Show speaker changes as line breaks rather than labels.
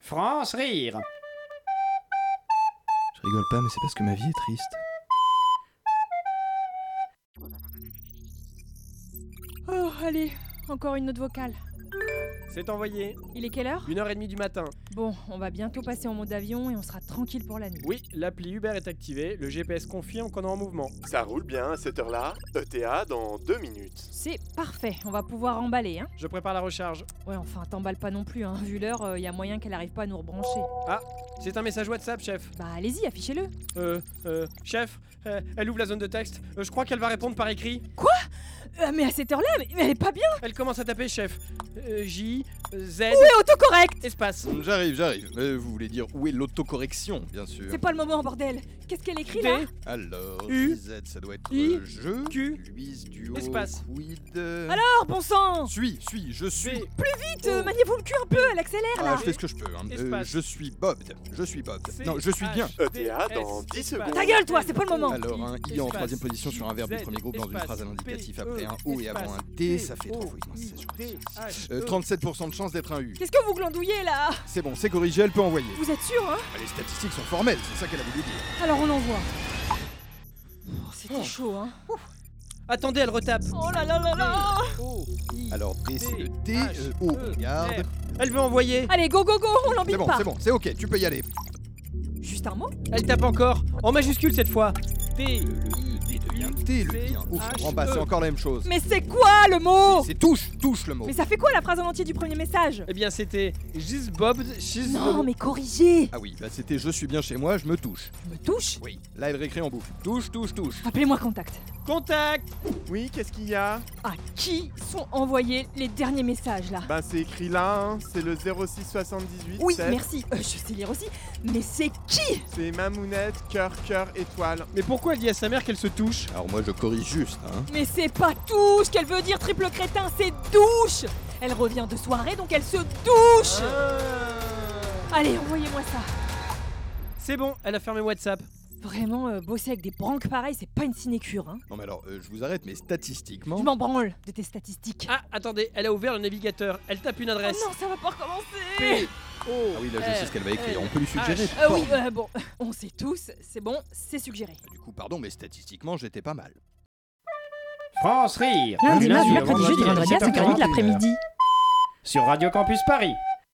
France rire.
Je rigole pas, mais c'est parce que ma vie est triste.
Oh, allez, encore une note vocale.
C'est envoyé.
Il est quelle heure
Une heure et demie du matin.
Bon, on va bientôt passer en mode avion et on sera tranquille pour la nuit.
Oui, l'appli Uber est activée. Le GPS confirme qu'on est en mouvement.
Ça roule bien à cette heure-là. ETA dans deux minutes.
C'est parfait, on va pouvoir emballer, hein
Je prépare la recharge.
Ouais, enfin, t'emballes pas non plus, hein. Vu l'heure, il y a moyen qu'elle arrive pas à nous rebrancher.
C'est un message WhatsApp, chef.
Bah, allez-y, affichez-le.
Euh, euh, chef, euh, elle ouvre la zone de texte. Euh, je crois qu'elle va répondre par écrit.
Euh, mais à cette heure-là, mais, mais elle est pas bien
Elle commence à taper, chef. Euh, J, Z,
Mais autocorrect
espace.
J'arrive, j'arrive. Mais vous voulez dire où est l'autocorrection, bien sûr.
C'est pas le moment, bordel Qu'est-ce qu'elle écrit, là
D,
Alors,
U,
Z, ça doit être
I,
euh, je,
Q,
Luis, duo,
espace.
quid. euh,
Alors, Oh, bon sang
Suis, suis, je suis.
V,
Vite, euh, maniez-vous le cul un peu, elle accélère,
Ah,
là
je fais ce que je peux. hein. Euh,
Espace.
je suis Bob. Je suis Bob.
C,
Non, je suis
H,
bien.
D,
ETA Euh, dans
S,
10
espace.
secondes.
Ta gueule, toi, c'est pas le moment
Alors, un I en
espace,
troisième position sur un verbe du
Z,
premier groupe dans une
espace,
phrase à l'indicatif
P,
après un
E,
O et avant un
espace,
D,
T,
ça fait
O,
trois fois. Non,
I,
c'est sûr.
D, H,
Euh,
E.
37% de chance d'être un U.
Qu'est-ce que vous glandouillez, là
C'est bon, c'est corrigé, elle peut envoyer.
Vous êtes sûr, hein
Ah, Les statistiques sont formelles, c'est ça qu'elle a voulu dire.
Alors, on l'envoie. Oh, C'était chaud, hein
Attendez, elle retape.
Oh là là là là
O, I.
Alors D c'est le D,
H,
euh, O
E,
regarde.
R. Elle veut envoyer.
Allez, go, go, go, on l'embête
C'est bon,
pas
c'est bon, c'est ok, tu peux y aller.
Juste un mot
Elle tape encore. En majuscule cette fois. D,
Le, le D devient un T, le D un O
H,
se prend pas, c'est
E.
encore la même chose.
Mais c'est quoi, le mot
C'est touche, touche le mot.
Oh. Mais ça fait quoi, la phrase en entier du premier message
Eh bien, c'était Gis Bob, Gis
Non, mais corrigez
Ah oui, bah c'était je suis bien chez moi, je me touche.
Je me touche
Oui. Là elle récré en boucle. Touche, touche, touche.
Appelez-moi contact.
Contact
Oui, qu'est-ce qu'il y a
À qui sont envoyés les derniers messages, là
Ben c'est écrit là, hein. c'est le 06 78
Oui,
7.
merci, Euh, je sais lire aussi, mais c'est qui
C'est Mamounette, cœur, cœur, étoile.
Mais pourquoi elle dit à sa mère qu'elle se touche
Alors moi je corrige juste, hein.
Mais c'est pas touche qu'elle veut dire, triple crétin, c'est douche Elle revient de soirée, donc elle se douche Ah! Allez, envoyez-moi ça
C'est bon, elle a fermé WhatsApp.
Vraiment, euh, bosser avec des branques pareilles, c'est pas une sinécure, hein
Non mais alors euh, je vous arrête, mais
Je
statistiquement.
m'en branle de tes statistiques
Ah, attendez, elle a ouvert le navigateur. Elle tape une
Oh
adresse.
non, ça va pas recommencer
P, O,
Ah oui là je sais ce qu'elle va écrire, on peut lui suggérer.
Euh, oui, euh, bon, on sait tous, c'est bon, c'est suggéré.
Du coup pardon, mais statistiquement j'étais pas mal.
France rire.
Lundi,
Du
mardi,
au
mercredi, jeudi,
à
vendredi à 5h30 de
7h30,
l'après-midi.
Sur Radio Campus Paris.